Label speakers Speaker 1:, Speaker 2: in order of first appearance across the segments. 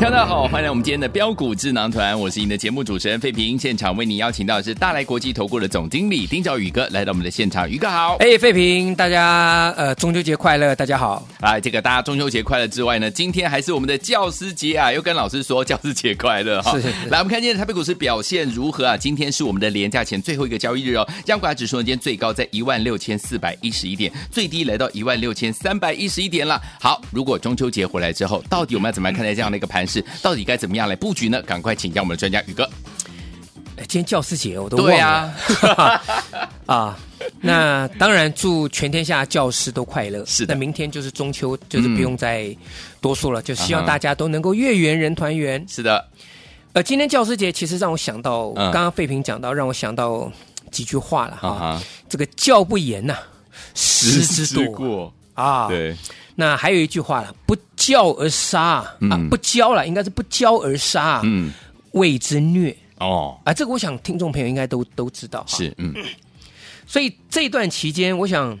Speaker 1: 大家好，欢迎来我们今天的标股智囊团，我是您的节目主持人费平。现场为您邀请到的是大来国际投顾的总经理丁兆宇哥来到我们的现场，宇哥好。
Speaker 2: 哎，费平，大家呃，中秋节快乐！大家好，
Speaker 1: 哎，这个大家中秋节快乐之外呢，今天还是我们的教师节啊，又跟老师说教师节快乐哈。
Speaker 2: 是是是
Speaker 1: 来，我们看今天的台北股市表现如何啊？今天是我们的连假前最后一个交易日哦。央股指数呢，今天最高在一万六千四百一十一点，最低来到一万六千三百一十一点了。好，如果中秋节回来之后，到底我们要怎么样看待这样的一个盘势？到底该怎么样来布局呢？赶快请教我们的专家宇哥。
Speaker 2: 哎今天教师节我都忘
Speaker 1: 对
Speaker 2: 了
Speaker 1: 啊，
Speaker 2: 啊。那当然，祝全天下教师都快乐。
Speaker 1: 是的
Speaker 2: 那明天就是中秋，就是
Speaker 1: 嗯
Speaker 2: 不用再多说了，就希
Speaker 1: 啊哈
Speaker 2: 望大家都能够月圆人团圆。
Speaker 1: 是的，
Speaker 2: 呃，今天教师节其实让我想到，
Speaker 1: 嗯
Speaker 2: 刚刚费平讲到，让我想到几句话了哈。
Speaker 1: 啊哈，
Speaker 2: 这个教不严呐、师之惰
Speaker 1: 过，
Speaker 2: 啊。
Speaker 1: 对，
Speaker 2: 那还有一句话了，不教而杀啊，
Speaker 1: 嗯
Speaker 2: 啊不教了，应该是不教而杀啊，
Speaker 1: 嗯，
Speaker 2: 谓之虐。
Speaker 1: 哦，
Speaker 2: 啊，这个我想听众朋友应该都都知道哈。
Speaker 1: 是，嗯，
Speaker 2: 所以这段期间，我想，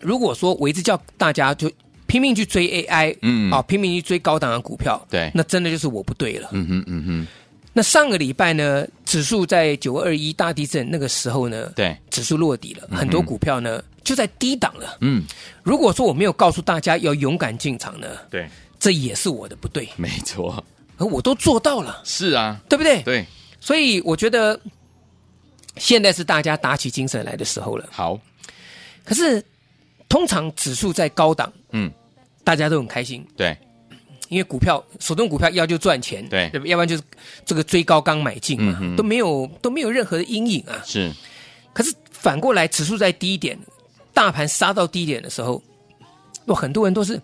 Speaker 2: 如果说我一直叫大家就拼命去追 AI，
Speaker 1: 嗯
Speaker 2: 啊，拼命去追高档的股票，
Speaker 1: 对
Speaker 2: 那真的就是我不对了。
Speaker 1: 嗯哼，嗯哼，
Speaker 2: 那上个礼拜呢，指数在九二一大地震那个时候呢，
Speaker 1: 对，
Speaker 2: 指数落底了，很多股票呢就在低档了。
Speaker 1: 嗯，
Speaker 2: 如果说我没有告诉大家要勇敢进场呢，
Speaker 1: 对，
Speaker 2: 这也是我的不对，
Speaker 1: 没错，
Speaker 2: 而我都做到了，
Speaker 1: 是啊，
Speaker 2: 对不对？
Speaker 1: 对，
Speaker 2: 所以我觉得现在是大家打起精神来的时候了。
Speaker 1: 好，
Speaker 2: 可是通常指数在高档，
Speaker 1: 嗯，
Speaker 2: 大家都很开心，
Speaker 1: 对，
Speaker 2: 因为股票手动股票要就赚钱，
Speaker 1: 对
Speaker 2: 不要不然就是这个追高刚买进嘛，
Speaker 1: 嗯哼
Speaker 2: 都没有都没有任何的阴影啊。
Speaker 1: 是，
Speaker 2: 可是反过来，指数在低点，大盘杀到低点的时候，哇，很多人都是，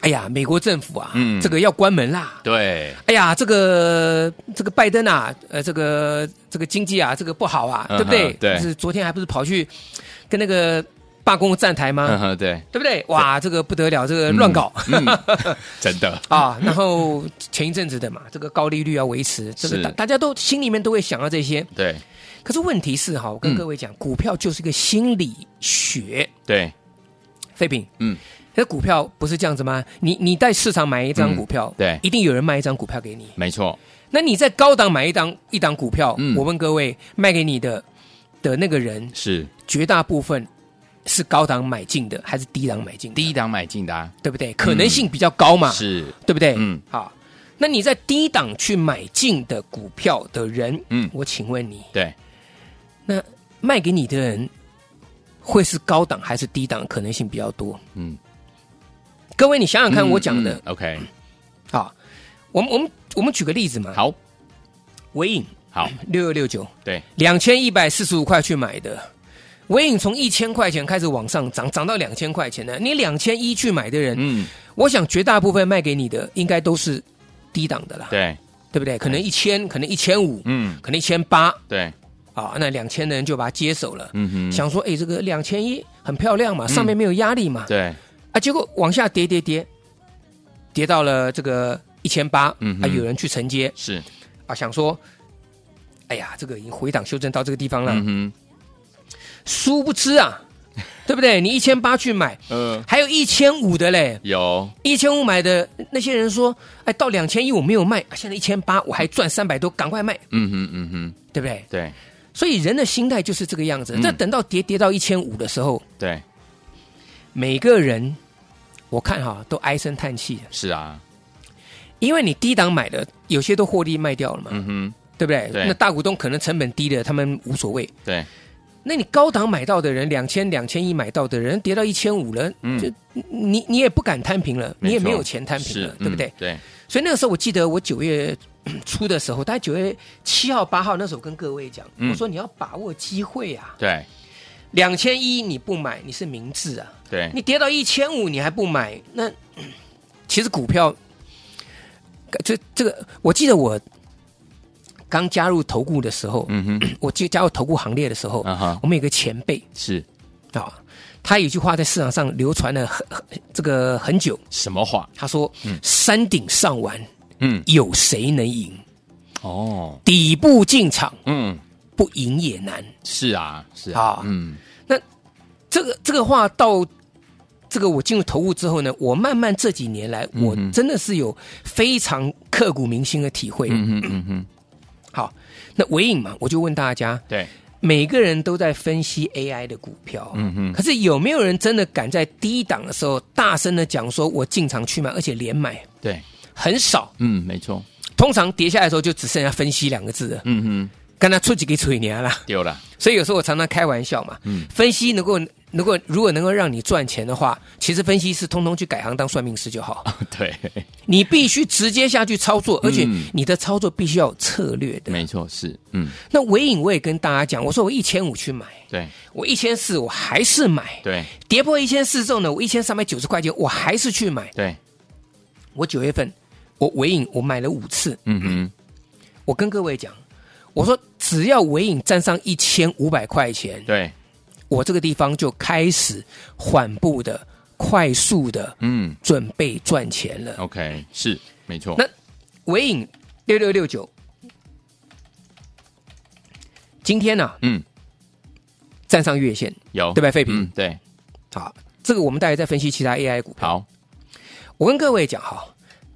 Speaker 2: 哎呀，美国政府啊，
Speaker 1: 嗯
Speaker 2: 这个要关门啦。
Speaker 1: 对，
Speaker 2: 哎呀，这个这个拜登啊，呃，这个这个经济啊，这个不好啊，
Speaker 1: 嗯哼
Speaker 2: 对不对？
Speaker 1: 对
Speaker 2: 就是昨天还不是跑去跟那个罢工站台吗？
Speaker 1: 嗯哼，对，
Speaker 2: 对不对？哇，这个不得了，这个乱搞、
Speaker 1: 嗯， 真的，
Speaker 2: 啊！然后前一阵子的嘛，这个高利率要维持，这
Speaker 1: 是
Speaker 2: 个大大家都心里面都会想到这些。
Speaker 1: 对，
Speaker 2: 可是问题是哈，我跟
Speaker 1: 嗯
Speaker 2: 各位讲，股票就是一个心理学。
Speaker 1: 对，
Speaker 2: 废品，
Speaker 1: 嗯，
Speaker 2: 那股票不是这样子吗？你你在市场买一张股票，
Speaker 1: 嗯对
Speaker 2: 一定有人卖一张股票给你。
Speaker 1: 没错，
Speaker 2: 那你在高档买一档一档股票，
Speaker 1: 嗯
Speaker 2: 我问各位，卖给你的的那个人，
Speaker 1: 是
Speaker 2: 绝大部分是高档买进的，还是低档买进的？
Speaker 1: 低档买进的啊，
Speaker 2: 对不对？可能性比较高嘛，
Speaker 1: 是，
Speaker 2: 对不对？
Speaker 1: 嗯，
Speaker 2: 好，那你在低档去买进的股票的人，
Speaker 1: 嗯
Speaker 2: 我请问你，
Speaker 1: 对，
Speaker 2: 那卖给你的人会是高档还是低档？可能性比较多。
Speaker 1: 嗯，
Speaker 2: 各位，你想想看，我讲的
Speaker 1: 嗯嗯，OK，
Speaker 2: 啊，我们我们我们举个例子嘛，，
Speaker 1: 好，
Speaker 2: 微影
Speaker 1: 好，
Speaker 2: 六六六九
Speaker 1: 对，
Speaker 2: 两千一百四十五块去买的。微影从一千块钱开始往上涨，涨到两千块钱呢。你两千一去买的 人，
Speaker 1: 嗯，
Speaker 2: 我想绝大部分卖给你的应该都是低档的啦，
Speaker 1: 对，
Speaker 2: 对不对？可能一千，可能一千五，
Speaker 1: 嗯，
Speaker 2: 可能一千八
Speaker 1: 对，
Speaker 2: 啊，那两千的人就把它接手了，
Speaker 1: 嗯哼，
Speaker 2: 想说，哎、这个两千一很漂亮嘛，上面没有压力嘛，
Speaker 1: 对，
Speaker 2: 啊，结果往下跌跌跌，跌到了这个一千八，
Speaker 1: 嗯哼
Speaker 2: 啊，有人去承接
Speaker 1: 是，
Speaker 2: 啊，想说，哎呀，这个已经回档修正到这个地方了，
Speaker 1: 嗯
Speaker 2: 殊不知啊，对不对？你一千八去买，
Speaker 1: 哼，呃，
Speaker 2: 还有一千五的嘞，
Speaker 1: 有，
Speaker 2: 一千五买的那些人说，哎，到两千一我没有卖，啊现在一千八我还赚三百多，赶快卖，
Speaker 1: 嗯哼，嗯哼，
Speaker 2: 对不对？
Speaker 1: 对，
Speaker 2: 所以人的心态就是这个样子。
Speaker 1: 嗯
Speaker 2: 那、等到跌跌到一千五的时候，
Speaker 1: 对，
Speaker 2: 每个人我看哈、都唉声叹气，
Speaker 1: 是啊，
Speaker 2: 因为你低档买的，有些都获利卖掉了嘛，
Speaker 1: 嗯
Speaker 2: 对不对？
Speaker 1: 对
Speaker 2: 那大股东可能成本低的，他们无所谓。
Speaker 1: 哼，对，
Speaker 2: 那你高档买到的人，两千、两千一买到的人，跌到一千五了，
Speaker 1: 嗯
Speaker 2: 就你你也不敢摊平了，
Speaker 1: 没错
Speaker 2: 你也没有钱摊平
Speaker 1: 是
Speaker 2: 了，，对不
Speaker 1: 嗯
Speaker 2: 对？
Speaker 1: 对，
Speaker 2: 所以那个时候，我记得我九月 初的时候，大概九月七号、八号那时候，跟各位讲，
Speaker 1: 嗯
Speaker 2: 我说你要把握机会啊，
Speaker 1: 对
Speaker 2: 两千一你不买，你是明智啊，
Speaker 1: 对，
Speaker 2: 你跌到一千五你还不买，那 其实股票，这这个，我记得我刚加入投顾的时候，
Speaker 1: 嗯哼，
Speaker 2: 我记得加入投顾行列的时候，
Speaker 1: 啊哈，
Speaker 2: 我们有个前辈
Speaker 1: 是
Speaker 2: 啊，他有句话在市场上流传了很很这个很久，
Speaker 1: 什么话？
Speaker 2: 他说：“山顶上完，
Speaker 1: 嗯，
Speaker 2: 有谁能赢？
Speaker 1: 哦，
Speaker 2: 底部进场
Speaker 1: 嗯，
Speaker 2: 不赢也难。
Speaker 1: 是啊，是
Speaker 2: 啊
Speaker 1: 嗯，”
Speaker 2: 这个这个话到这个我进入投顾之后呢，我慢慢这几年来，
Speaker 1: 嗯哼
Speaker 2: 我真的是有非常刻骨铭心的体会。
Speaker 1: 嗯哼嗯哼，
Speaker 2: 好，那尾影嘛，我就问大家，
Speaker 1: 对，
Speaker 2: 每个人都在分析 AI 的股票，
Speaker 1: 嗯哼，
Speaker 2: 可是有没有人真的敢在低档的时候大声的讲说我进场去买，而且连买？
Speaker 1: 对，
Speaker 2: 很少，
Speaker 1: 嗯，没错，
Speaker 2: 通常跌下来的时候就只剩下分析两个字了，
Speaker 1: 嗯哼，
Speaker 2: 跟他出几个嘴年啦。
Speaker 1: 丢了，
Speaker 2: 所以有时候我常常开玩笑嘛，
Speaker 1: 嗯
Speaker 2: 分析能够能够如果能够让你赚钱的话，其实分析师通通去改行当算命师就好。
Speaker 1: 对，
Speaker 2: 你必须直接下去操作，而且
Speaker 1: 嗯
Speaker 2: 你的操作必须要有策略的。
Speaker 1: 没错，是，嗯，
Speaker 2: 那尾影我也跟大家讲，我说我一千五去买，
Speaker 1: 对
Speaker 2: 我一千四我还是买，
Speaker 1: 对
Speaker 2: 跌破一千四之后呢，我一千三百九十块钱我还是去买。
Speaker 1: 对，
Speaker 2: 我九月份我尾影我买了五次，
Speaker 1: 嗯哼，
Speaker 2: 我跟各位讲，我说只要尾影站上一千五百块钱，
Speaker 1: 对，
Speaker 2: 我这个地方就开始缓步的、快速的
Speaker 1: 嗯
Speaker 2: 准备赚钱了。
Speaker 1: ，OK，是，没错，
Speaker 2: 那尾影六六六九，今天呢、
Speaker 1: 嗯，
Speaker 2: 站上月线，
Speaker 1: 有，
Speaker 2: 对吧废品
Speaker 1: 嗯，对，
Speaker 2: 好，这个我们待会再分析其他 AI 股票。
Speaker 1: 好，
Speaker 2: 我跟各位讲哈，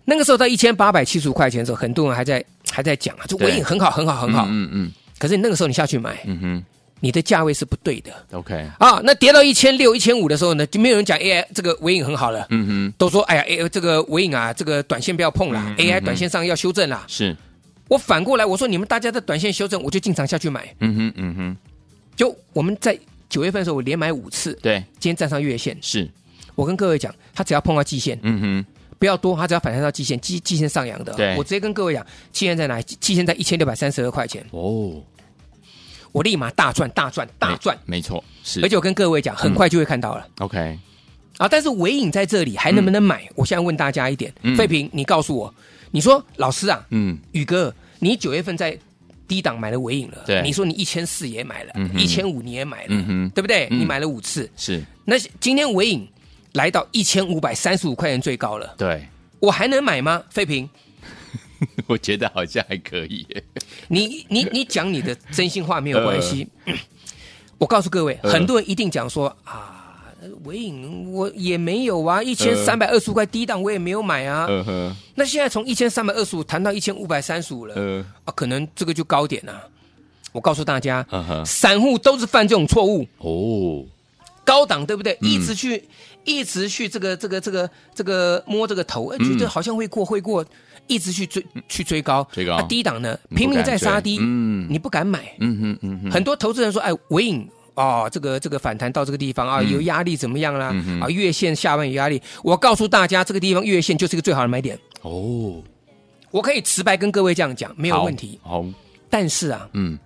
Speaker 2: 那个时候到一千八百七十五块钱的时候，很多人还在还在讲啊，这
Speaker 1: 对
Speaker 2: 尾影很好，很好，很好。
Speaker 1: 嗯嗯
Speaker 2: 可是你那个时候你下去买，
Speaker 1: 嗯嗯
Speaker 2: 你的价位是不对的
Speaker 1: 哼，OK，
Speaker 2: 啊。那跌到一千六、一千五的时候呢，就没有人讲 AI 这个尾影很好了。
Speaker 1: 嗯哼，
Speaker 2: 都说哎呀，A 这个尾影啊，这个短线不要碰啦、
Speaker 1: 嗯嗯
Speaker 2: a i
Speaker 1: 嗯
Speaker 2: 短线上要修正啦。
Speaker 1: 是，
Speaker 2: 我反过来我说你们大家在短线修正，我就进场下去买。
Speaker 1: 嗯哼嗯哼，
Speaker 2: 就我们在九月份的时候，我连买五次，
Speaker 1: 对，
Speaker 2: 今天站上月线。
Speaker 1: 是，
Speaker 2: 我跟各位讲，它只要碰到季线，
Speaker 1: 嗯哼，
Speaker 2: 不要多，它只要反弹到季线，季季线上扬的
Speaker 1: 对，
Speaker 2: 我直接跟各位讲，季线在哪里？季季线在一千六百三十二块钱，
Speaker 1: 哦，
Speaker 2: 我立马大赚大赚大赚。
Speaker 1: 没没错，是，
Speaker 2: 而且我跟各位讲，很快就会看到了、
Speaker 1: OK，
Speaker 2: 啊！但是尾影在这里还能不能买？我现在问大家一点，
Speaker 1: 嗯
Speaker 2: 费平，你告诉我，你说老师啊，
Speaker 1: 嗯，
Speaker 2: 宇哥，你九月份在低档买了尾影了，
Speaker 1: 对
Speaker 2: 你说你一千四也买了
Speaker 1: 嗯，哼
Speaker 2: 一千五你也买了，
Speaker 1: 嗯哼
Speaker 2: 对不对？
Speaker 1: 嗯
Speaker 2: 你买了五次，
Speaker 1: 是，
Speaker 2: 那今天尾影来到一千五百三十五块钱最高了，
Speaker 1: 对，
Speaker 2: 我还能买吗？费平，
Speaker 1: 我觉得好像还可以耶，
Speaker 2: 你你你讲你的真心话没有关系， 我告诉各位，
Speaker 1: 呃
Speaker 2: 很多人一定讲说啊，尾影我也没有
Speaker 1: 呃
Speaker 2: 啊，一千三百二十五块低档我也没有买啊，
Speaker 1: 嗯哼，
Speaker 2: 那现在从一千三百二十五谈到一千五百三十五了，
Speaker 1: 呃，
Speaker 2: 啊，可能这个就高点啊。我告诉大家，
Speaker 1: 嗯哼，
Speaker 2: 散户都是犯这种错误，
Speaker 1: 哦，
Speaker 2: 高档对不对？
Speaker 1: 嗯
Speaker 2: 一直去，一直去这个这个这个这个摸这个头，哎，
Speaker 1: 嗯
Speaker 2: 觉得好像会过会过，一直去追去追高，
Speaker 1: 追高
Speaker 2: 啊低档呢
Speaker 1: 你
Speaker 2: 拼
Speaker 1: 不敢
Speaker 2: 命在杀
Speaker 1: 追
Speaker 2: 低，
Speaker 1: 嗯
Speaker 2: 你不敢买。
Speaker 1: 嗯哼嗯哼，
Speaker 2: 很多投资人说，哎，尾影哦，这个这个反弹到这个地方啊，
Speaker 1: 嗯
Speaker 2: 有压力怎么样啦？啊，月线下弯有压力，我告诉大家，这个地方月线就是一个最好的买点。
Speaker 1: 哦，
Speaker 2: 我可以直白跟各位这样讲，没有
Speaker 1: 好
Speaker 2: 问题。
Speaker 1: 好，
Speaker 2: 但是啊，
Speaker 1: 嗯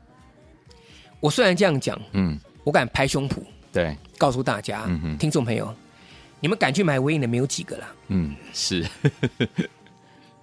Speaker 2: 我虽然这样讲，
Speaker 1: 嗯，
Speaker 2: 我敢拍胸脯
Speaker 1: 对，
Speaker 2: 告诉大家，
Speaker 1: 嗯哼
Speaker 2: 听众朋友，你们敢去买微影的没有几个啦，
Speaker 1: 嗯是，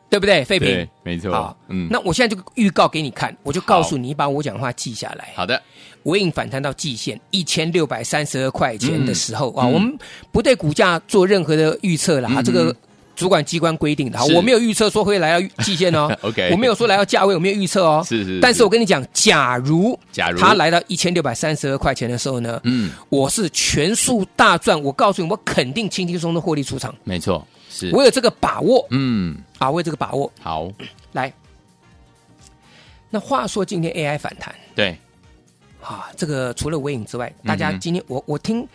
Speaker 2: 对不对？废品
Speaker 1: 对，，没错
Speaker 2: 好，，
Speaker 1: 嗯，
Speaker 2: 那我现在就预告给你看，我就告诉
Speaker 1: 好
Speaker 2: 你，你把我讲的话记下来。
Speaker 1: 好的，
Speaker 2: 微影反弹到季线一千六百三十二块钱的时候、啊，
Speaker 1: 嗯
Speaker 2: 我们不对股价做任何的预测啦，
Speaker 1: 嗯嗯
Speaker 2: 这个。主管机关规定的，好
Speaker 1: 是
Speaker 2: 我没有预测说会来到季线哦
Speaker 1: OK
Speaker 2: 我没有说来到价位，我没有预测哦，
Speaker 1: 是是是
Speaker 2: 但是我跟你讲，假如
Speaker 1: 假如
Speaker 2: 它来到一千六百三十二块钱的时候呢，
Speaker 1: 嗯，
Speaker 2: 我是全数大赚，我告诉你，我肯定轻轻松松的获利出场，
Speaker 1: 没错，是，
Speaker 2: 我有这个把握
Speaker 1: 嗯，
Speaker 2: 啊，我有这个把握。
Speaker 1: 好，
Speaker 2: 来，那话说今天 AI 反弹
Speaker 1: 对，
Speaker 2: 啊，这个除了微影之外，大
Speaker 1: 嗯
Speaker 2: 家
Speaker 1: 哼
Speaker 2: 今天我我听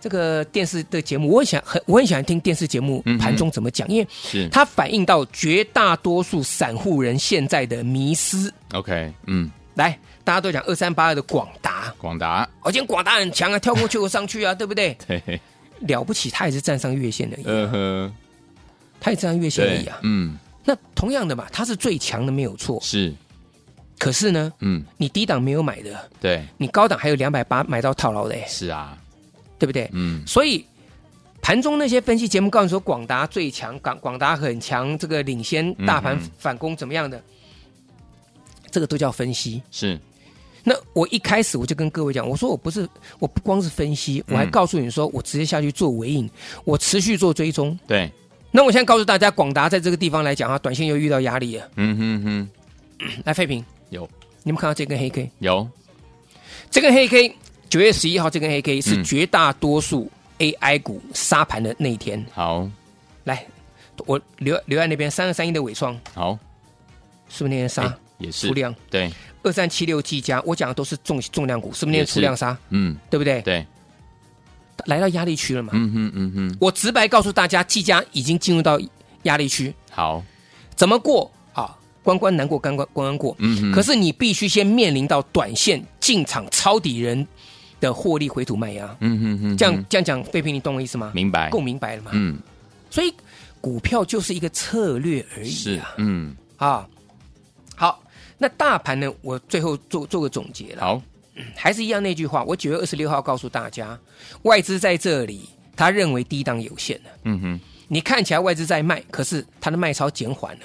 Speaker 2: 这个电视的节目，我很想很我很喜欢听电视节目
Speaker 1: 嗯哼
Speaker 2: 盘中怎么讲，因为
Speaker 1: 是
Speaker 2: 它反映到绝大多数散户人现在的迷失。
Speaker 1: ，OK，嗯，
Speaker 2: 来，大家都讲二三八二的广达，
Speaker 1: 广达，
Speaker 2: 哦，今天广达很强啊，跳过去我上去啊，对不对？
Speaker 1: 对，
Speaker 2: 了不起，它也是站上月线的，
Speaker 1: 呃呵，
Speaker 2: 它也站上月线而
Speaker 1: 对
Speaker 2: 嗯已啊，。
Speaker 1: 嗯，
Speaker 2: 那同样的嘛，它是最强的没有错，
Speaker 1: 是，
Speaker 2: 可是呢，
Speaker 1: 嗯，
Speaker 2: 你低档没有买的，
Speaker 1: 对，
Speaker 2: 你高档还有两百八买到套牢的、欸，
Speaker 1: 是啊，
Speaker 2: 对不对？
Speaker 1: 嗯，
Speaker 2: 所以盘中那些分析节目告诉你说广达最强，广广达很强，这个领先大盘
Speaker 1: 嗯嗯
Speaker 2: 反攻怎么样的，这个都叫分析。
Speaker 1: 是，
Speaker 2: 那我一开始我就跟各位讲，我说我不是，我不光是分析，我还
Speaker 1: 嗯
Speaker 2: 告诉你说，我直接下去做尾影，我持续做追踪。
Speaker 1: 对，
Speaker 2: 那我现在告诉大家，广达在这个地方来讲啊， 短线又遇到压力了。
Speaker 1: 嗯哼哼，
Speaker 2: 来，废品
Speaker 1: 有
Speaker 2: 你们看到这根黑 K，
Speaker 1: 有，
Speaker 2: 这根黑 K，九月十一号这根黑 K 是
Speaker 1: 嗯
Speaker 2: 绝大多数 AI 股杀盘的那一天。
Speaker 1: 好，
Speaker 2: 来，我留留在那边三二三一的尾创
Speaker 1: 好，
Speaker 2: 是不是那天杀
Speaker 1: 哎也是
Speaker 2: 出，量？
Speaker 1: 对，
Speaker 2: 二三七六技嘉，我讲的都是重重量股，是不是
Speaker 1: 也
Speaker 2: 那天
Speaker 1: 是
Speaker 2: 出量杀？
Speaker 1: 嗯，
Speaker 2: 对不对？
Speaker 1: 对，
Speaker 2: 来到压力区了嘛？
Speaker 1: 嗯哼嗯哼，
Speaker 2: 我直白告诉大家，技嘉已经进入到压力区，
Speaker 1: 好，
Speaker 2: 怎么过啊？关关难过关关关关过。
Speaker 1: 嗯哼，
Speaker 2: 可是你必须先面临到短线进场抄底人的获利回吐卖压。
Speaker 1: 嗯哼哼，
Speaker 2: 这样
Speaker 1: 嗯
Speaker 2: 这样讲，贝平，你懂我意思吗？
Speaker 1: 明白，
Speaker 2: 够明白了吗？
Speaker 1: 嗯，
Speaker 2: 所以股票就是一个策略而已
Speaker 1: 是
Speaker 2: 啊。，
Speaker 1: 嗯，
Speaker 2: 啊，好，那大盘呢？我最后做做个总结了，
Speaker 1: 好，
Speaker 2: 还是一样那句话，我九月二十六号告诉大家，外资在这里，他认为低档有限了。
Speaker 1: 嗯哼，
Speaker 2: 你看起来外资在卖，可是它的卖超减缓了。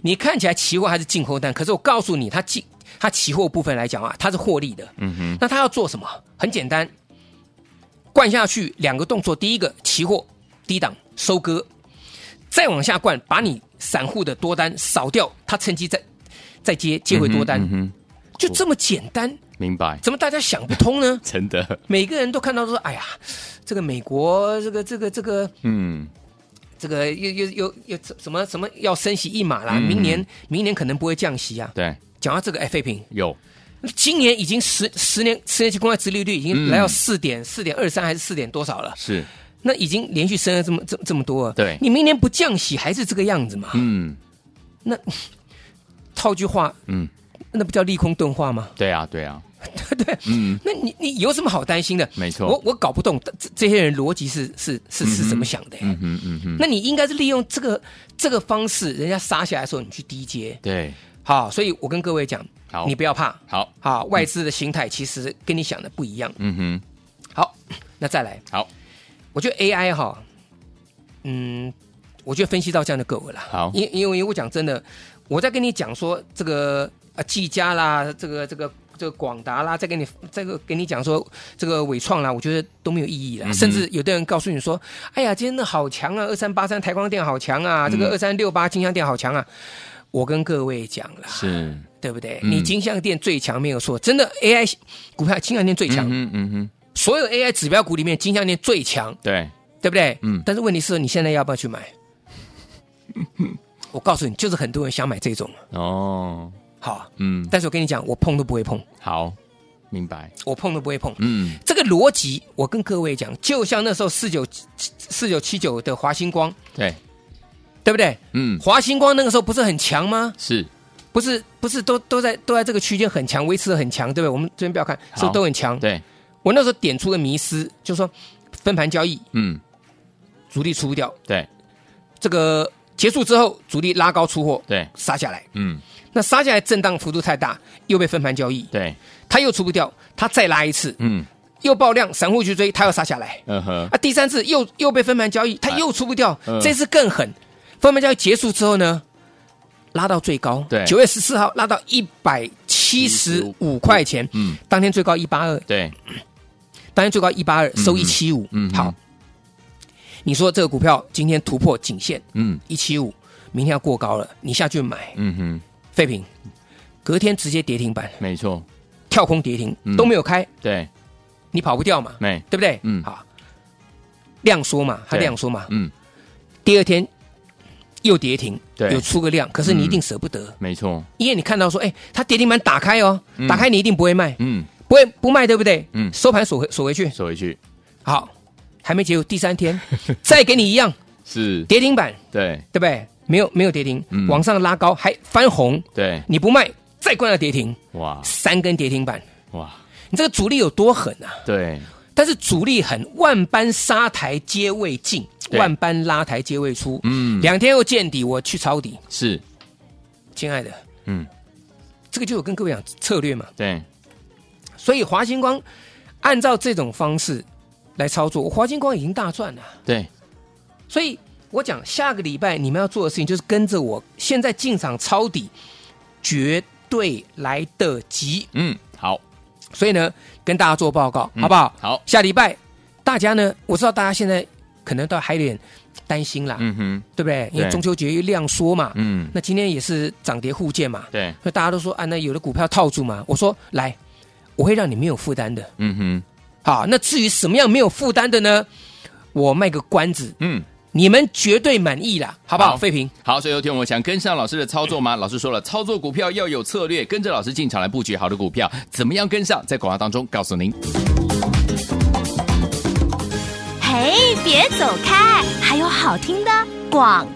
Speaker 2: 你看起来期货还是进空单，可是我告诉你，它进它期货部分来讲啊，它是获利的。
Speaker 1: 嗯哼，
Speaker 2: 那它要做什么？很简单，灌下去两个动作，第一个期货低档收割，再往下灌，把你散户的多单扫掉，它趁机再再接接回多单，
Speaker 1: 嗯哼，
Speaker 2: 就这么简单，
Speaker 1: 明白，？
Speaker 2: 怎么大家想不通呢
Speaker 1: 真的，
Speaker 2: 每个人都看到说，哎呀，这个美国这个这个这个
Speaker 1: 嗯，
Speaker 2: 这个又又又又什么什么要升息一码啦，
Speaker 1: 嗯
Speaker 2: 明年明年可能不会降息啊。
Speaker 1: 对，
Speaker 2: 讲到这个，哎，废品，
Speaker 1: 有，
Speaker 2: 今年已经十十年十年期公债殖利率已
Speaker 1: 嗯
Speaker 2: 经来到四点四点二三还是四点多少了？
Speaker 1: 是，
Speaker 2: 那已经连续升了这么这这么多了。啊
Speaker 1: 对
Speaker 2: 你明年不降息还是这个样子嘛？
Speaker 1: 嗯
Speaker 2: 那套句话，
Speaker 1: 嗯，
Speaker 2: 那不叫利空钝化吗？
Speaker 1: 对啊，对啊，
Speaker 2: 对不对？
Speaker 1: 嗯，
Speaker 2: 那你你有什么好担心的？
Speaker 1: 没错
Speaker 2: 我我搞不懂这这些人逻辑是是是是怎么想的、
Speaker 1: 嗯哼嗯哼，
Speaker 2: 那你应该是利用这个这个方式，人家杀下来的时候你去低接。
Speaker 1: 对，
Speaker 2: 好，所以我跟各位讲，
Speaker 1: 好
Speaker 2: 你不要怕。
Speaker 1: 好，
Speaker 2: 好，外资的心态其实跟你想的不一样。
Speaker 1: 嗯哼，
Speaker 2: 好，那再来，
Speaker 1: 好，
Speaker 2: 我觉得 AI 哈，嗯，我觉得分析到这样就够了啦。
Speaker 1: 好
Speaker 2: 因因为因为我讲真的，我在跟你讲说这个啊技嘉啦，这个这个这个广达啦，再跟你这个跟你讲说这个伟创啦，我觉得都没有意义了。
Speaker 1: 嗯哼
Speaker 2: 甚至有的人告诉你说，哎呀，今天的好强啊，二三八三台光电好强啊，这
Speaker 1: 嗯
Speaker 2: 个二三六八金像电好强啊。我跟各位讲了，
Speaker 1: 是，
Speaker 2: 对不对？
Speaker 1: 嗯
Speaker 2: 你金像电最强没有错，真的 AI 股票金像电最强，
Speaker 1: 嗯哼嗯哼，
Speaker 2: 所有 AI 指标股里面金像电最强。
Speaker 1: 对，
Speaker 2: 对不对？
Speaker 1: 嗯
Speaker 2: 但是问题是，你现在要不要 去买？我告诉你，就是很多人想买这种，
Speaker 1: 哦，
Speaker 2: 好。
Speaker 1: 嗯，
Speaker 2: 但是我跟你讲，我碰都不会碰，
Speaker 1: 好，明白，
Speaker 2: 我碰都不会碰。
Speaker 1: 嗯，
Speaker 2: 这个逻辑，我跟各位讲，就像那时候四九四九七九的华星光，
Speaker 1: 对，
Speaker 2: 对不对？
Speaker 1: 嗯，
Speaker 2: 华星光那个时候不是很强吗？
Speaker 1: 是，
Speaker 2: 不是，不是都都在都在这个区间很强，维持的很强，对不对？我们这边不要看，是不
Speaker 1: 好
Speaker 2: 是都很强？
Speaker 1: 对，
Speaker 2: 我那时候点出个迷思，就说分盘交易，
Speaker 1: 嗯，
Speaker 2: 主力出掉，
Speaker 1: 对，
Speaker 2: 这个结束之后，主力拉高出货，
Speaker 1: 对，
Speaker 2: 杀下来。
Speaker 1: 嗯，
Speaker 2: 那杀下来震荡幅度太大，又被分盘交易，
Speaker 1: 对，
Speaker 2: 他又出不掉，他再拉一次，
Speaker 1: 嗯，
Speaker 2: 又爆量，散户去追，他又杀下来，
Speaker 1: 嗯哼，
Speaker 2: 啊，第三次又又被分盘交易，他又出不掉，
Speaker 1: 嗯
Speaker 2: 这次更狠，分盘交易结束之后呢，拉到最高，
Speaker 1: 对
Speaker 2: 九月十四号拉到一百七十五块钱，
Speaker 1: 嗯，
Speaker 2: 当天最高一八二，
Speaker 1: 对，
Speaker 2: 当天最高一八二，收
Speaker 1: 嗯
Speaker 2: 一七五
Speaker 1: 嗯，
Speaker 2: 好，你说这个股票今天突破颈线
Speaker 1: 嗯，
Speaker 2: 一七五，明天要过高了，你下去买
Speaker 1: 嗯哼，
Speaker 2: 废品，隔天直接跌停板。
Speaker 1: 没错，
Speaker 2: 跳空跌停
Speaker 1: 嗯
Speaker 2: 都没有开，
Speaker 1: 对，
Speaker 2: 你跑不掉嘛，
Speaker 1: 没，
Speaker 2: 对不对？
Speaker 1: 嗯
Speaker 2: 好，量缩嘛，它
Speaker 1: 对
Speaker 2: 量缩嘛，
Speaker 1: 嗯，
Speaker 2: 第二天又跌停，
Speaker 1: 对
Speaker 2: 有出个量，可是你一
Speaker 1: 嗯
Speaker 2: 定舍不得，
Speaker 1: 没错，
Speaker 2: 因为你看到说，哎，它跌停板打开哦，
Speaker 1: 嗯
Speaker 2: 打开你一定不会卖，
Speaker 1: 嗯，
Speaker 2: 不会不卖，对不对？
Speaker 1: 嗯
Speaker 2: 收盘锁回锁回去，
Speaker 1: 说一句
Speaker 2: 好，还没结束，第三天再给你 一样
Speaker 1: 是，
Speaker 2: 跌停板，
Speaker 1: 对，
Speaker 2: 对不对？没有没有跌停
Speaker 1: 嗯，
Speaker 2: 往上拉高还翻红，
Speaker 1: 对，
Speaker 2: 你不卖再关了跌停，
Speaker 1: 哇，
Speaker 2: 三根跌停板，
Speaker 1: 哇，
Speaker 2: 你这个主力有多狠啊？
Speaker 1: 对，
Speaker 2: 但是主力很万般杀台皆未尽，
Speaker 1: 对
Speaker 2: 万般拉抬皆未出。
Speaker 1: 嗯
Speaker 2: 两天后见底，我去抄底。
Speaker 1: 是，
Speaker 2: 亲爱的，
Speaker 1: 嗯，
Speaker 2: 这个就有跟各位讲策略嘛。
Speaker 1: 对，
Speaker 2: 所以华星光按照这种方式来操作，华星光已经大赚了。
Speaker 1: 对，
Speaker 2: 所以我讲下个礼拜你们要做的事情就是跟着我，现在进场抄底，绝对来得及。
Speaker 1: 嗯，好，
Speaker 2: 所以呢，跟大家做报告，
Speaker 1: 嗯
Speaker 2: 好不好？
Speaker 1: 好
Speaker 2: 下礼拜大家呢，我知道大家现在可能都还有点担心啦，
Speaker 1: 嗯哼，
Speaker 2: 对不对？因为
Speaker 1: 对
Speaker 2: 中秋节又量缩嘛，
Speaker 1: 嗯，
Speaker 2: 那今天也是涨跌互见嘛，
Speaker 1: 对，
Speaker 2: 所以大家都说啊，那有的股票套住嘛，我说来，我会让你没有负担的。
Speaker 1: 嗯哼，
Speaker 2: 好，那至于什么样没有负担的呢？我卖个关子，
Speaker 1: 嗯。
Speaker 2: 你们绝对满意啦，好不
Speaker 1: 好
Speaker 2: 好？费平，
Speaker 1: 好，所以有听我们想跟上老师的操作吗？老师说了，操作股票要有策略，跟着老师进场来布局好的股票，怎么样跟上？在广告当中告诉您。
Speaker 3: 嘿，别走开，还有好听的广。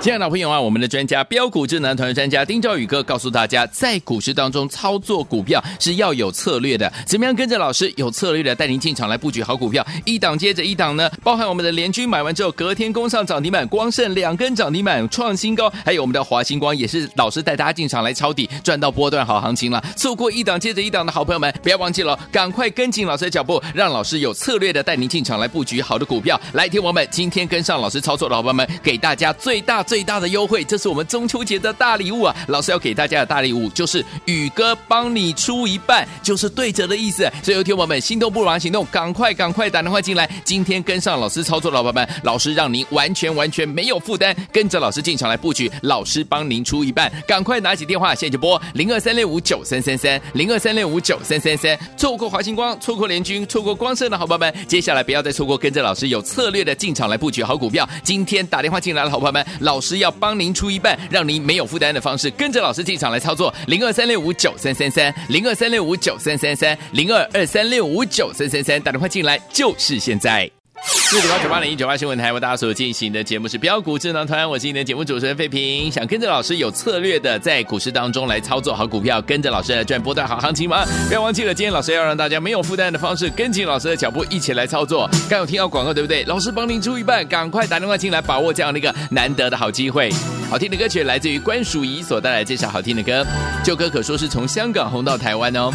Speaker 1: 亲爱的老朋友啊，我们的专家标股智能团的专家丁兆宇哥告诉大家，在股市当中操作股票是要有策略的，怎么样跟着老师有策略的带您进场来布局好股票，一档接着一档呢，包含我们的联军买完之后隔天攻上涨停板，光盛两根涨停板创新高，还有我们的华星光也是老师带大家进场来抄底，赚到波段好行情了。错过一档接着一档的好朋友们，不要忘记了，赶快跟紧老师的脚步，让老师有策略的带您进场来布局好的股票。来，听我们今天跟上老师操作的好朋友们，给大家最大最大的优惠，这是我们中秋节的大礼物啊！老师要给大家的大礼物就是宇哥帮你出一半，就是对折的意思。所以，有听我们心动不如马上行动，赶快赶快打电话进来，今天跟上老师操作的好朋友们，老师让您完全完全没有负担，跟着老师进场来布局，老师帮您出一半，赶快拿起电话，现在就拨零二三六五九三三三零二三六五九三三三。错过华星光，错过联军，错过光盛的好朋友们，接下来不要再错过跟着老师有策略的进场来布局好股票。今天打电话进来的好朋友们，老师要帮您出一半，让您没有负担的方式，跟着老师进场来操作零二三六五九三三三零二三六五九三三三零二二三六五九三三三，打电话进来就是现在。四九八九八零一九八新闻台为大家所进行的节目是标股智囊团，我是你的节目主持人费平。想跟着老师有策略的在股市当中来操作好股票，跟着老师来赚波段好行情吗？不要忘记了，今天老师要让大家没有负担的方式，跟紧老师的脚步一起来操作。刚有听到广告对不对？老师帮您出一半，赶快打电话进来，把握这样的一个难得的好机会。好听的歌曲来自于关淑怡所带来这首好听的歌，这首歌可说是从香港红到台湾哦。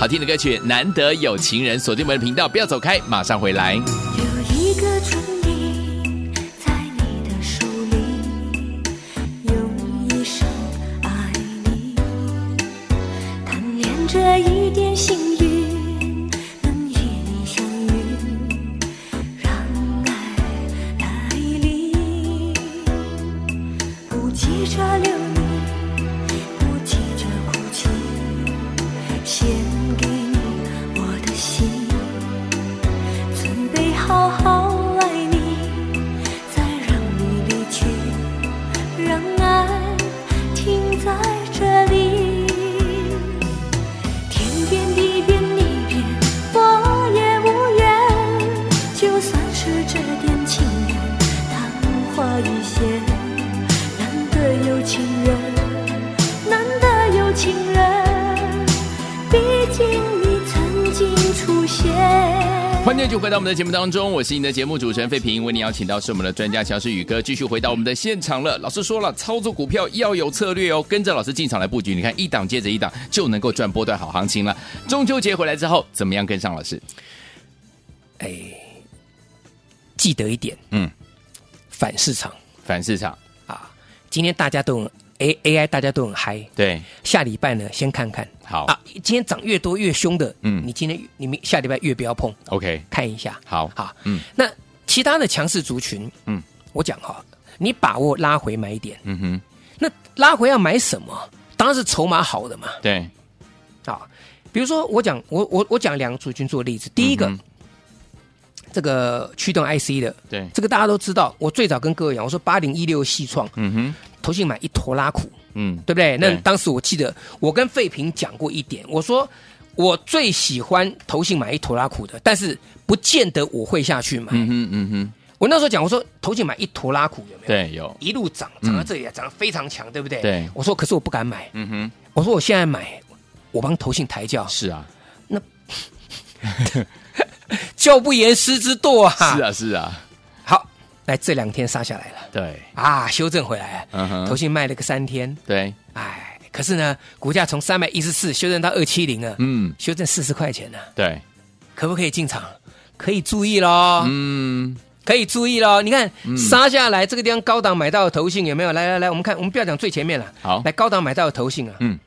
Speaker 1: 好听的歌曲《难得有情人》，锁定我们的频道，不要走开，马上回来。
Speaker 4: 有一个春天，在你的手里，用一生爱你。贪恋这一点幸运，能与你相遇，让爱来临。不急着留恋，不急着哭泣，献给你我的心。准备好好爱你，再让你离去，让爱停在这里。天边地边你变，我也无缘。就算是这点情缘，昙花一现，难得有情人，难得有情人，毕竟你曾经出现。
Speaker 1: 欢迎继续回到我们的节目当中，我是你的节目主持人费平，为您邀请到是我们的专家乔世宇哥，继续回到我们的现场了。老师说了，操作股票要有策略哦，跟着老师进场来布局，你看一档接着一档就能够赚波段好行情了。中秋节回来之后，怎么样跟上老师？
Speaker 2: 哎记得一点，
Speaker 1: 嗯，
Speaker 2: 反市场
Speaker 1: 反市场，
Speaker 2: 啊，今天大家都很 A A I，大家都很嗨。
Speaker 1: 对，
Speaker 2: 下礼拜呢，先看看
Speaker 1: 好、
Speaker 2: 啊，今天涨越多越凶的，
Speaker 1: 嗯
Speaker 2: 嗯，你今天你明下礼拜越不要碰，
Speaker 1: o k
Speaker 2: 看一下。
Speaker 1: 好
Speaker 2: 好，
Speaker 1: 嗯
Speaker 2: 嗯，那其他的强势族群，
Speaker 1: 嗯
Speaker 2: 嗯，我讲哈，你把握拉回买点，
Speaker 1: 嗯哼，
Speaker 2: 那拉回要买什么？当然是筹码好的嘛，
Speaker 1: 对，
Speaker 2: 啊，比如说我讲我我我讲两个族群做例子，第一个、
Speaker 1: 嗯
Speaker 2: 这个驱动 IC 的，
Speaker 1: 对
Speaker 2: 这个大家都知道，我最早跟各位讲，我说八零一六细创，
Speaker 1: 嗯哼，
Speaker 2: 投信买一坨拉苦，
Speaker 1: 嗯，
Speaker 2: 对不对？那
Speaker 1: 对
Speaker 2: 当时我记得我跟费平讲过一点，我说我最喜欢投信买一坨拉苦的，但是不见得我会下去买。
Speaker 1: 嗯哼，嗯哼，
Speaker 2: 我那时候讲，我说投信买一坨拉苦有没有？
Speaker 1: 对，有，
Speaker 2: 一路涨，涨到这里啊，涨得非常强，对不对？
Speaker 1: 对
Speaker 2: 我说，可是我不敢买，
Speaker 1: 嗯哼，
Speaker 2: 我
Speaker 1: 啊
Speaker 2: 说我现在买，我帮投信抬轿，
Speaker 1: 是啊，
Speaker 2: 教不严，师之惰啊。
Speaker 1: 是，啊是啊，
Speaker 2: 好，来这两天杀下来了
Speaker 1: 对，
Speaker 2: 啊，修正回来
Speaker 1: 嗯
Speaker 2: 了，
Speaker 1: 哼
Speaker 2: 投信卖了个三天，
Speaker 1: 对，
Speaker 2: 哎，可是呢，股价从三百一十四修正到二七零了，
Speaker 1: 嗯，
Speaker 2: 修正四十块钱呢，
Speaker 1: 对，
Speaker 2: 可不可以进场？可以注意喽，
Speaker 1: 嗯，
Speaker 2: 可以注意喽。你看杀下来这个地方高档买到的投信有没有？来来来，我们看，我们不要讲最前面了，
Speaker 1: 好
Speaker 2: 来高档买到的投信啊，
Speaker 1: 嗯，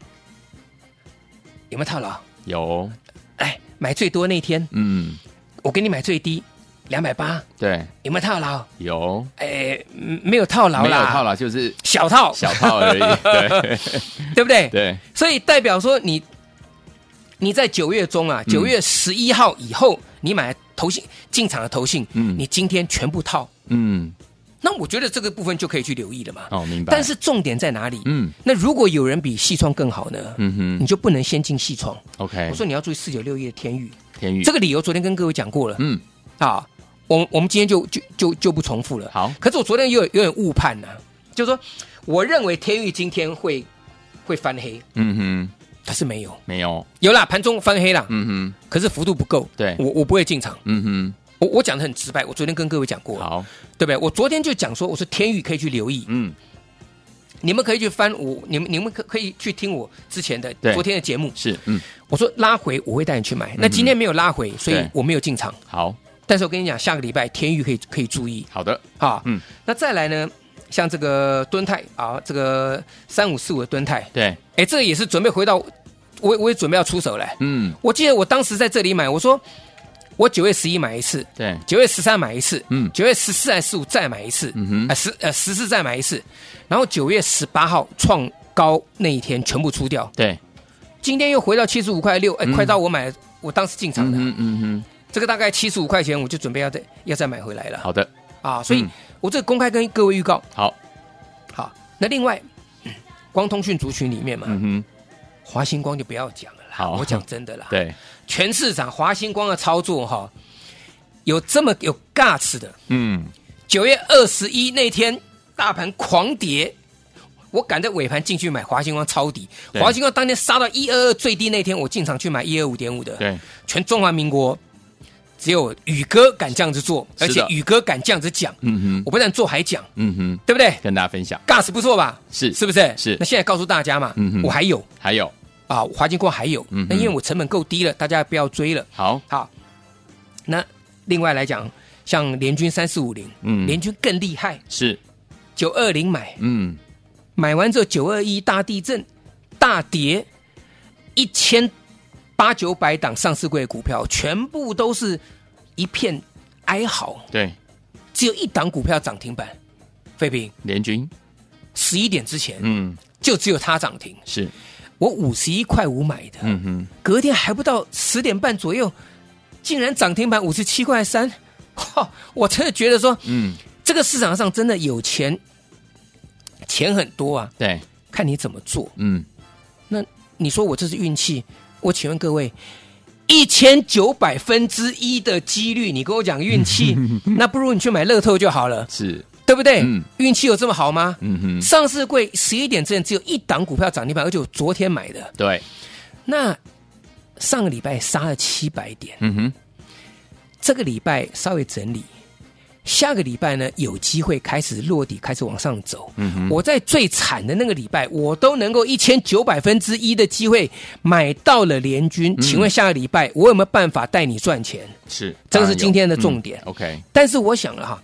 Speaker 2: 有没有套牢？
Speaker 1: 有，
Speaker 2: 哎，买最多那天，
Speaker 1: 嗯，
Speaker 2: 我给你买最低两百八，
Speaker 1: 对，
Speaker 2: 有没有套牢？
Speaker 1: 有，
Speaker 2: 哎，嗯没有套牢啦，
Speaker 1: 没有套，了，就是
Speaker 2: 小套，
Speaker 1: 小套而已，对，
Speaker 2: 对不对？
Speaker 1: 对，
Speaker 2: 所以代表说你你在九月中
Speaker 1: 嗯
Speaker 2: 啊，九月十一号以后，你买投信进场的投信，
Speaker 1: 嗯
Speaker 2: 你今天全部套，
Speaker 1: 嗯，
Speaker 2: 那我觉得这个部分就可以去留意了嘛。
Speaker 1: 哦，明白，
Speaker 2: 但，是重点在哪里？
Speaker 1: 嗯
Speaker 2: 那如果有人比细创更好呢？
Speaker 1: 嗯哎
Speaker 2: 你
Speaker 1: 哼
Speaker 2: 就不能先进细创。
Speaker 1: ，OK，
Speaker 2: 我说你要注意四九六一的天宇，
Speaker 1: 天宇，
Speaker 2: 这
Speaker 1: 个，
Speaker 2: 个理由昨天跟各位讲过了、
Speaker 1: 嗯，
Speaker 2: 啊。我我们今天就就就就不重复了。
Speaker 1: 好
Speaker 2: 可是我昨天有有点误判呢、就是说我认为天宇今天会会翻黑，
Speaker 1: 嗯哼，
Speaker 2: 可是没有。
Speaker 1: 没有，
Speaker 2: 有啦，盘中翻黑啦，
Speaker 1: 嗯哼，
Speaker 2: 可是幅度不够。
Speaker 1: 对
Speaker 2: 我我不会进场。
Speaker 1: 嗯
Speaker 2: 我我讲的很直白，我昨天跟各位讲过
Speaker 1: 哼，
Speaker 2: 了，
Speaker 1: 好，
Speaker 2: 对不对？我昨天就讲说，我说天宇可以去留意，
Speaker 1: 嗯，
Speaker 2: 你们可以去翻我，你们你们可可以去听我之前的
Speaker 1: 对
Speaker 2: 昨天的节目。
Speaker 1: 是，嗯，
Speaker 2: 我说拉回我会带你去买，那今天没有拉回，所以
Speaker 1: 对
Speaker 2: 我没有进场。
Speaker 1: 好，
Speaker 2: 但是我跟你讲，下个礼拜天宇可以可以注意
Speaker 1: 好的，
Speaker 2: 啊。
Speaker 1: 嗯，
Speaker 2: 那再来呢，像这个敦泰啊，这个三五四五的敦泰，
Speaker 1: 对，
Speaker 2: 哎，这个也是准备回到，我我也准备要出手了。
Speaker 1: 嗯，
Speaker 2: 我记得我当时在这里买，我说我九月十一买一次，
Speaker 1: 对，
Speaker 2: 九月十三买一次，
Speaker 1: 嗯
Speaker 2: 九月十四还是十五再买一次，
Speaker 1: 嗯哼
Speaker 2: 啊十呃十四再买一次，然后九月十八号创高那一天全部出掉，
Speaker 1: 对，
Speaker 2: 今天又回到七十五块六，哎，
Speaker 1: 嗯
Speaker 2: 快到我买我当时进场
Speaker 1: 嗯
Speaker 2: 的、
Speaker 1: 哼，嗯
Speaker 2: 这个大概七十五块钱，我就准备要再要再买回来
Speaker 1: 哼，
Speaker 2: 了
Speaker 1: 好的，
Speaker 2: 啊，所以
Speaker 1: 嗯
Speaker 2: 我这个公开跟各位预告，
Speaker 1: 好，
Speaker 2: 好，那另外嗯光通讯族群里面嘛，
Speaker 1: 嗯哼，
Speaker 2: 华星光就不要讲了啦，
Speaker 1: 好
Speaker 2: 我讲真的 啦，
Speaker 1: 对，
Speaker 2: 全市场华星光的操作哈、有这么有 guts 的。
Speaker 1: 嗯，
Speaker 2: 九月二十一那天，大盘狂跌，我赶在尾盘进去买华星光抄底，
Speaker 1: 对
Speaker 2: 华星光当天杀到一二二最低那天，我进场去买一二五点五的，
Speaker 1: 对，
Speaker 2: 全中华民国只有宇哥敢这样子做，
Speaker 1: 是
Speaker 2: 而
Speaker 1: 的
Speaker 2: 且宇哥敢这样子讲，
Speaker 1: 嗯哼，
Speaker 2: 我不但做还讲，
Speaker 1: 嗯哼，
Speaker 2: 对不对
Speaker 1: 跟大家分享，
Speaker 2: ？gas 不错吧？
Speaker 1: 是
Speaker 2: 是不是？
Speaker 1: 是
Speaker 2: 那现在告诉大家嘛，
Speaker 1: 嗯哼
Speaker 2: 我还有
Speaker 1: 还有，
Speaker 2: 啊，华金光还有，
Speaker 1: 嗯哼
Speaker 2: 那因为我成本够低了，大家不要追了。
Speaker 1: 好，
Speaker 2: 好，那另外来讲，像联军三四五零，
Speaker 1: 嗯
Speaker 2: 联军更厉害，
Speaker 1: 是，
Speaker 2: 九二零买，
Speaker 1: 嗯，
Speaker 2: 买完之后九二一大地震大跌，一千八九百档上市柜的股票全部都是一片哀嚎，
Speaker 1: 对，
Speaker 2: 只有一档股票涨停板，废品
Speaker 1: 联军，
Speaker 2: 十一点之前
Speaker 1: 嗯，
Speaker 2: 就只有它涨停，
Speaker 1: 是，
Speaker 2: 我五十一块五买的，
Speaker 1: 嗯哼，
Speaker 2: 隔天还不到十点半左右，竟然涨停板五十七块三， 哈，我真的觉得说
Speaker 1: 嗯，
Speaker 2: 这个市场上真的有钱，钱很多啊，
Speaker 1: 对，
Speaker 2: 看你怎么做。
Speaker 1: 嗯，
Speaker 2: 那你说我这是运气？我请问各位，一千九百分之一的几率，你跟我讲 运气，那不如你去买乐透就好了，
Speaker 1: 是，
Speaker 2: 对不对？
Speaker 1: 嗯
Speaker 2: 运气有这么好吗？
Speaker 1: 嗯哼，
Speaker 2: 上市柜十一点之前只有一档股票涨停板，而且我昨天买的，
Speaker 1: 对，
Speaker 2: 那上个礼拜杀了七百点，
Speaker 1: 嗯哼，
Speaker 2: 这个礼拜稍微整理。下个礼拜呢，有机会开始落底，开始往上走。
Speaker 1: 嗯哼，
Speaker 2: 我在最惨的那个礼拜，我都能够一千九百分之一的机会买到了联军。
Speaker 1: 嗯
Speaker 2: 请问下个礼拜我有没有办法带你赚钱？
Speaker 1: 是，
Speaker 2: 这
Speaker 1: 当
Speaker 2: 个
Speaker 1: 然
Speaker 2: 是
Speaker 1: 有
Speaker 2: 今天的重点
Speaker 1: 嗯 OK，
Speaker 2: 但是我想了哈，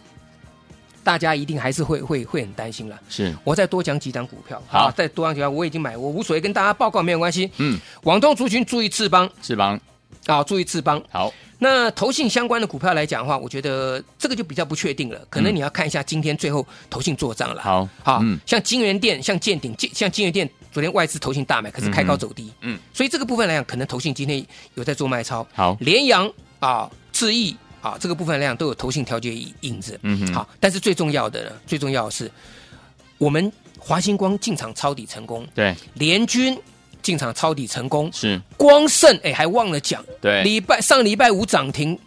Speaker 2: 大家一定还是会会会很担心了。
Speaker 1: 是，
Speaker 2: 我再多讲几档股票，
Speaker 1: 好
Speaker 2: 再多讲几档，我已经买，我无所谓，跟大家报告没有关系。
Speaker 1: 嗯，
Speaker 2: 广东族群注意翅膀
Speaker 1: 志邦，
Speaker 2: 啊，注意翅膀。
Speaker 1: 好，
Speaker 2: 那投信相关的股票来讲的话，我觉得这个就比较不确定了，可能你要看一下今天最后投信做账了。
Speaker 1: 好
Speaker 2: 好，
Speaker 1: 嗯
Speaker 2: 像金源店、像建鼎、建像金源店，昨天外资投信大买，可是开高走低，
Speaker 1: 嗯嗯
Speaker 2: 所以这个部分来讲，可能投信今天有在做卖超。
Speaker 1: 好，
Speaker 2: 联阳啊、智毅啊，这个部分来讲都有投信调节影影子。
Speaker 1: 嗯哼
Speaker 2: 好，但是最重要的呢，最重要的是我们华星光进场抄底成功，
Speaker 1: 对，
Speaker 2: 联军进场抄底成功，
Speaker 1: 是，
Speaker 2: 光盛哎还忘了讲，
Speaker 1: 对，
Speaker 2: 礼拜上礼拜五涨停，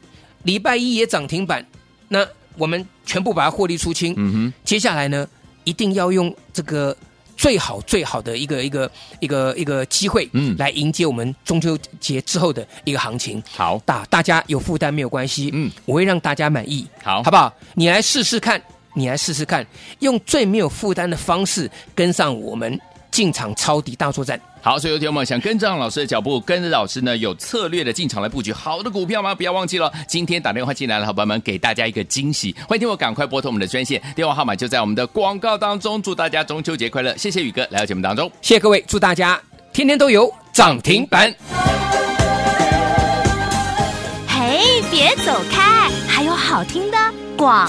Speaker 2: 礼拜一也涨停板，那我们全部把它获利出清。
Speaker 1: 嗯哼，
Speaker 2: 接下来呢，一定要用这个最好最好的一个一个一个一个机会，
Speaker 1: 嗯
Speaker 2: 来迎接我们中秋节之后的一个行情。
Speaker 1: 好，
Speaker 2: 大大家有负担没有关系，
Speaker 1: 嗯
Speaker 2: 嗯，我会让大家满意，
Speaker 1: 好
Speaker 2: 好不好？你来试试看，你来试试看，用最没有负担的方式跟上我们进场抄底大作战。
Speaker 1: 好，所以有听众朋友想跟上老师的脚步，跟着老师呢有策略的进场来布局好的股票吗？不要忘记了，今天打电话进来的好朋友们，给大家一个惊喜，欢迎听我赶快拨通我们的专线，电话号码就在我们的广告当中。祝大家中秋节快乐！谢谢宇哥来到节目当中。
Speaker 2: 谢谢各位，祝大家天天都有涨停板。
Speaker 3: 嘿，别走开，还有好听的广。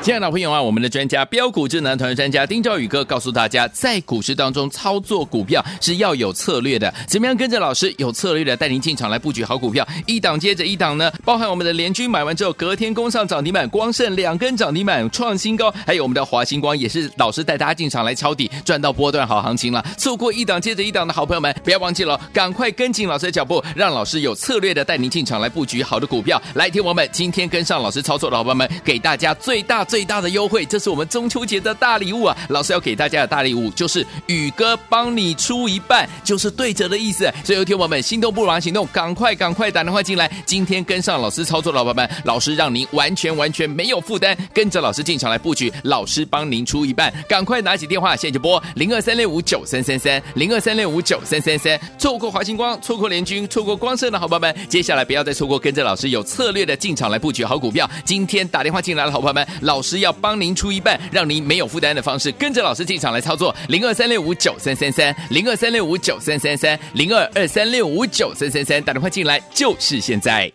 Speaker 1: 亲爱的朋友啊，我们的专家标股智能团队专家丁兆宇哥告诉大家，在股市当中操作股票是要有策略的，怎么样跟着老师有策略的带您进场来布局好股票，一档接着一档呢，包含我们的联军买完之后隔天攻上涨停板，光盛两根涨停板创新高，还有我们的华星光也是老师带大家进场来抄底，赚到波段好行情了。错过一档接着一档的好朋友们，不要忘记了，赶快跟紧老师的脚步，让老师有策略的带您进场来布局好的股票。来，听我们今天跟上老师操作的好朋友们，给大家最大最大的优惠，这是我们中秋节的大礼物啊！老师要给大家的大礼物就是宇哥帮你出一半，就是对折的意思。所以，有听我们心动不如马上行动，赶快赶快打电话进来，今天跟上老师操作的好朋友们，老师让您完全完全没有负担，跟着老师进场来布局，老师帮您出一半，赶快拿起电话，现在就拨零二三六五九三三三零二三六五九三三三。错过华星光，错过联军，错过光盛的好朋友们，接下来不要再错过，跟着老师有策略的进场来布局好股票。今天打电话进来的好朋友们，老师要帮您出一半，让您没有负担的方式，跟着老师进场来操作。零二三六五九三三三零二三六五九三三三零二二三六五九三三三，打电话进来就是现在。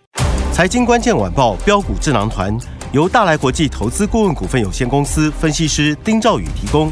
Speaker 5: 财经关键晚报标股智囊团由大来国际投资顾问股份有限公司分析师丁兆宇提供。